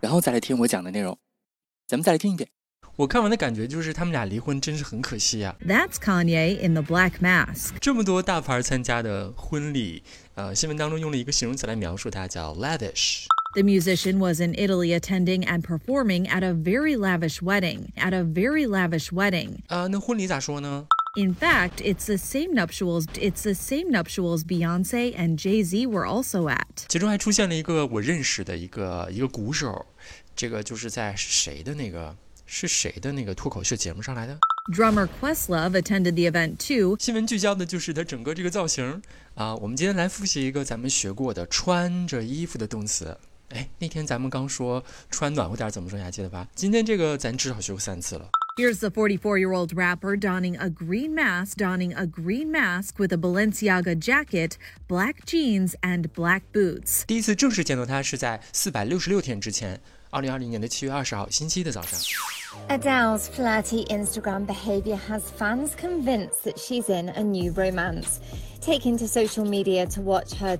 然后再来听我讲的内容。咱们再来听一遍。我看完的感觉就是他们俩离婚真是很可惜呀、 That's Kanye in the black mask. 这么多大牌参加的婚礼，呃，新闻当中用了一个形容词来描述它，叫 lavish。 The musician was in Italy attending and performing at a very lavish wedding. At a very lavish wedding. 啊、那婚礼咋说呢？ In fact, it's the same nuptials. It's the same nuptials Beyonce and Jay Z were also at. 其中还出现了一个我认识的一个一个鼓手，这个就是在谁的那个是谁的那个脱口秀节目上来的？ Drummer Questlove attended the event too. 新闻聚焦的就是他整个这个造型啊、我们今天来复习一个咱们学过的穿着衣服的动词。哎，那天咱们刚说穿暖和点儿怎么说，你还记得吧？今天这个咱至少学过三次了。 Here's the 44-year-old rapper donning a green mask, donning a green mask with a Balenciaga jacket, black jeans, and black boots. 第一次正式见到他是在四百六十六天之前，二零二零年的七月二十号星期一的早上。 Adele's flirty Instagram behaviour has fans convinced that she's in a new romance. Taken to social media to watch her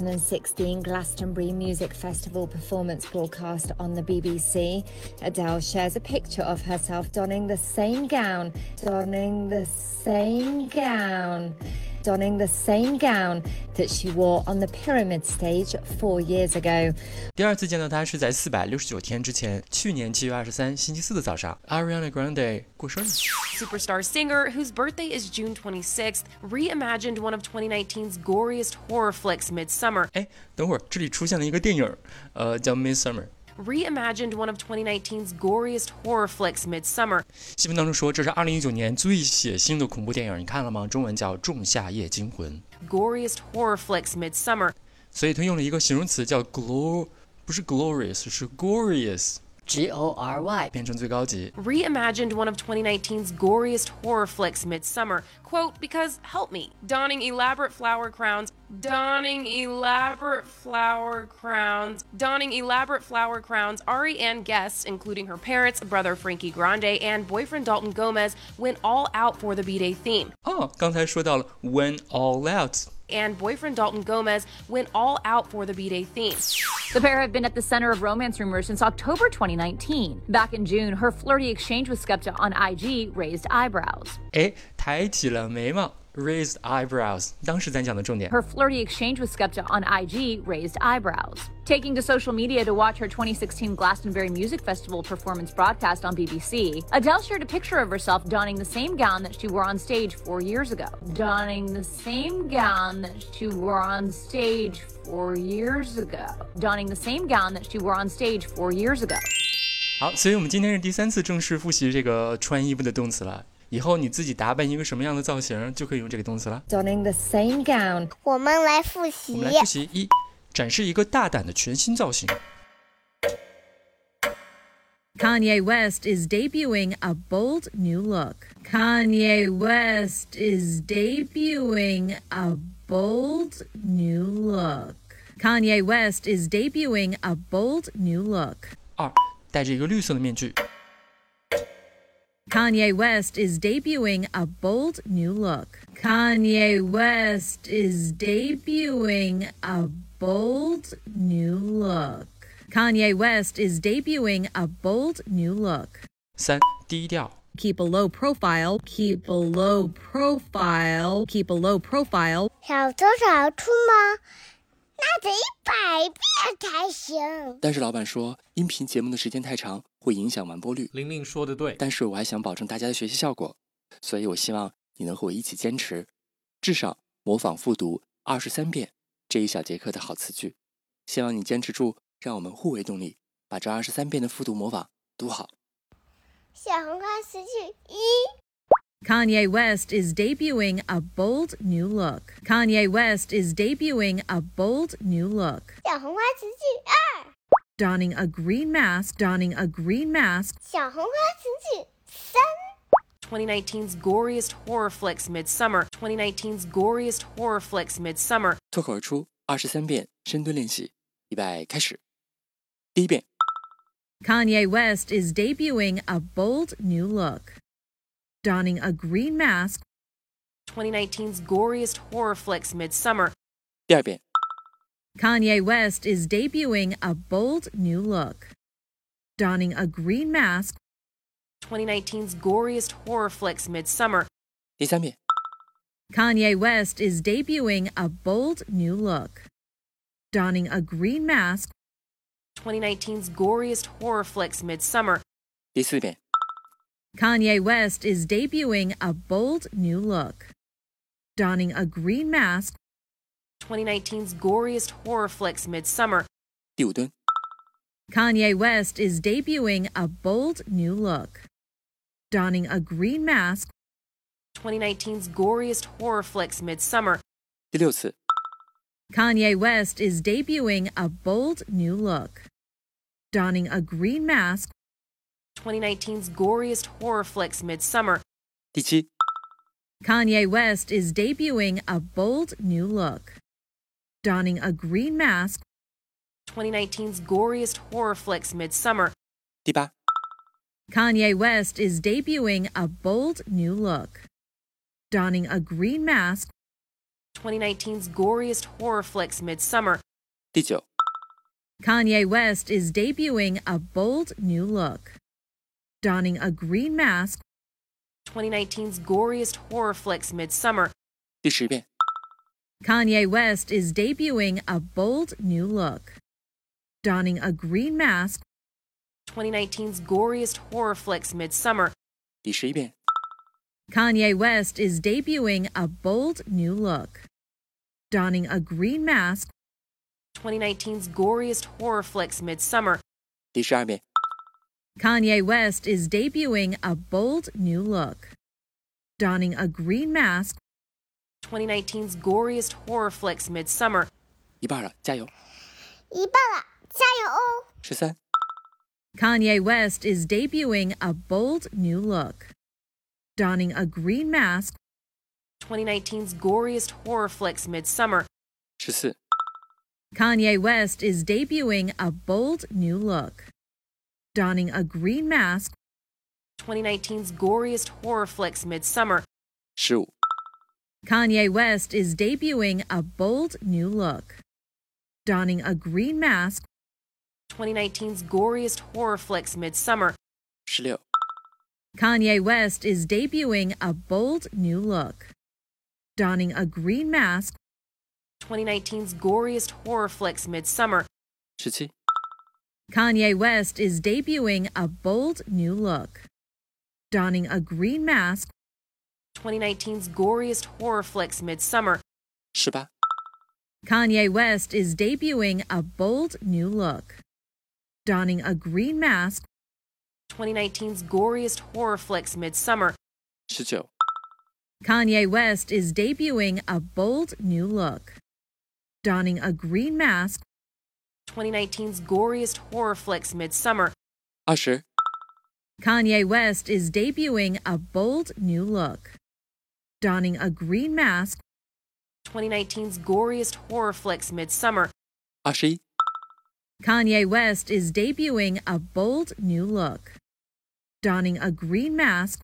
2016 Glastonbury Music Festival performance broadcast on the BBC, Adele shares a picture of herself donning the same gown, donning the same gown, donning the same gown that she wore on the pyramid stage four years ago. 第二次见到他是在四百六十九天之前，去年七月二十三星期四的早上，Ariana Grande 过生日。 Superstar singer, whose birthday is June 26th, reimagined one of 2019's goriest horror flicks, Midsummer. 哎，等会儿这里出现了一个电影，呃，叫《Midsummer》。 Reimagined one of 2019's goriest horror flicks, Midsummer. 新闻当中说，这是二零一九年最血腥的恐怖电影，你看了吗？中文叫《仲夏夜惊魂》， Goriest horror flicks, Midsummer. 所以他用了一个形容词叫 glor，不是 glorious，是 gorious，G O R Y，变成最高级。 Reimagined one of 2019's goriest horror flicks, Midsummer. Quote, because help me, donning elaborate flower crowns, donning elaborate flower crowns, donning elaborate flower crowns, Ari and guests, including her parents, brother Frankie Grande, and boyfriend Dalton Gomez, went all out for the B Day theme. 哦，刚才说到了 went all out。 and boyfriend Dalton Gomez went all out for the B Day theme. The pair have been at the center of romance rumors since October 2019. Back in June, her flirty exchange with Skepta on IG raised eyebrows. 哎，抬起了眉毛，raised eyebrows，当时咱讲的重点。 Her flirty exchange with Skepta on IG raised eyebrows. Taking to social media to watch her 2016 Glastonbury Music Festival performance broadcast on BBC, Adele shared a picture of herself donning the same gown that she wore on stage four years ago. Donning the same gown that she wore on stage four years ago. Donning the same gown that she wore on stage four years ago. 好，所以我们今天是第三次正式复习这个穿衣服的动词了。以后你自己打扮一个什么样的造型，就可以用这个动词了。 Donning the same gown 我们来复我习们来复习一，展示一个大胆的全新造型。 Kanye West is debuting a bold new look. Kanye West is debuting a bold new look. Kanye West is debuting a bold new look. 二，戴着一个绿色的面具。 Kanye West is debuting a bold new look. Kanye West is debuting a bold new look. Kanye West is debuting a bold new look. 三，低调。 keep a low profile, keep a low profile, keep a low profile. 小偷小兔吗？那得一百遍才行。但是老板说，音频节目的时间太长，会影响完播率。玲玲说的对，但是我还想保证大家的学习效果，所以我希望你能和我一起坚持，至少模仿复读二十三遍这一小节课的好词句。希望你坚持住，让我们互为动力，把这二十三遍的复读模仿读好。小红花词句一， Kanye West is debuting a bold new look. Kanye West is debuting a bold new look. 小红花词句二， donning a green mask, donning a green mask, 小红花情景三， 2019's goriest horror flicks midsummer 2019's goriest horror flicks midsummer 脱口而出二十三遍深蹲练习，预备开始。第一遍， Kanye West is debuting a bold new look, donning a green mask, 2019's goriest horror flicks midsummer 第二遍， Kanye West is debuting a bold new look, donning a green mask, 2019's goriest horror flicks midsummer 第三遍， Kanye West is debuting a bold new look, donning a green mask, 2019's goriest horror flicks midsummer 第四遍， Kanye West is debuting a bold new look, donning a green mask, 2019's goriest horror flicks midsummer 第五蹲， Kanye West is debuting a bold new look, donning a green mask, 2019's goriest horror flicks midsummer 第六次， Kanye West is debuting a bold new look, donning a green mask. 2019's goriest horror flicks midsummer 第七， Kanye West is debuting a bold new look, donning a green mask. 2019's goriest horror flicks midsummer 第八， Kanye West is debuting a bold new look, donning a green mask. 2019's goriest horror flicks midsummer 第九， Kanye West is debuting a bold new look, donning a green mask. 2019's goriest horror flicks midsummer 第十遍， Kanye West is debuting a bold new look, donning a green mask. 2019's goriest horror flicks midsummer 第十一遍， Kanye West is debuting a bold new look, donning a green mask. 2019's goriest horror flicks midsummer 第十二遍， Kanye West is debuting a bold new look, donning a green mask. 2019's goriest horror flicks midsummer 一半了，加油！一半了，加油哦！十三、 Kanye West is debuting a bold new look, donning a green mask. 2019's goriest horror flicks midsummer 十四、 Kanye West is debuting a bold new look, donning a green mask. 2019's goriest horror flicks midsummer 十五、 Kanye West is debuting a bold new look, donning a green mask. 2019's goriest horror flicks midsummer 十六、 Kanye West is debuting a bold new look, donning a green mask. 2019's goriest horror flicks midsummer 十七、 Kanye West is debuting a bold new look, donning a green mask. 2019's goriest horror flicks midsummer 十八、 Kanye West is debuting a bold new look, donning a green mask. 2019's goriest horror flicks midsummer 十九、 Kanye West is debuting a bold new look, donning a green mask. 2019's goriest horror flicks midsummer 二十、 Kanye West is debuting a bold new look, donning a green mask. 2019's goriest horror flicks midsummer 二十一、 Kanye West is debuting a bold new look, donning a green mask.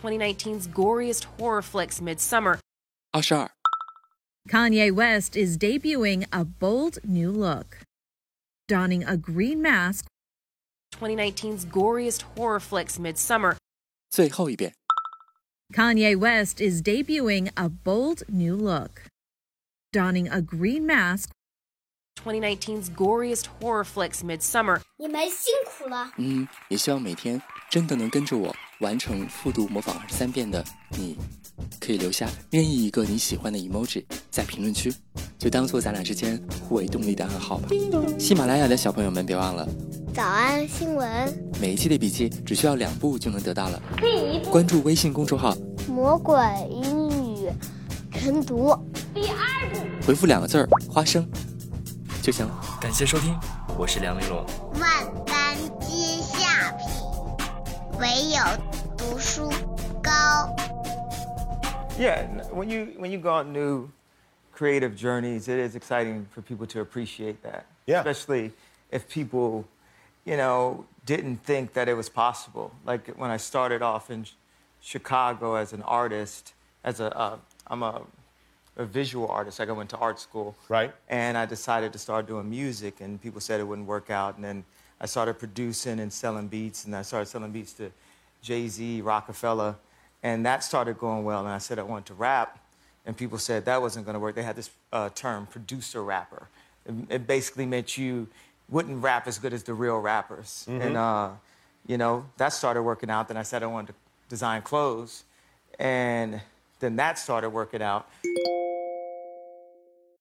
2019's goriest horror flicks midsummer 二十二、 Kanye West is debuting a bold new look, donning a green mask. 2019's goriest horror flicks midsummer 最后一遍。 Kanye West is debuting a bold new look, donning a green mask. 2019's goriest horror flicks midsummer 你们辛苦了，嗯，也希望每天真的能跟着我完成复读模仿二十三遍的你，可以留下任意一个你喜欢的 emoji 在评论区，就当做咱俩之间互为动力的暗号吧。喜马拉雅的小朋友们，别忘了早安新闻，每一期的笔记只需要两步就能得到了。关注微信公众号，魔鬼英语晨读。回复两个字儿“花生”就行了。感谢收听，我是梁丽罗。万般皆下品，唯有读书高。 Yeah, n- when you when you go on new creative journeys, it is exciting for people to appreciate that. Yeah. Especially if people, you know, didn't think that it was possible. Like when I started off in Ch- Chicago as an artist, as a uh, I'm a, a visual artist. Like I went to art school. Right. And I decided to start doing music, and people said it wouldn't work out. And then I started producing and selling beats, and I started selling beats to Jay Z, Rockefeller, and that started going well. And I said I wanted to rap, and people said that wasn't going to work. They had this uh, term, producer rapper. It, it basically meant you wouldn't rap as good as the real rappers. And, uh, you know, that started working out. Then I said I wanted to design clothes, and then that started working out.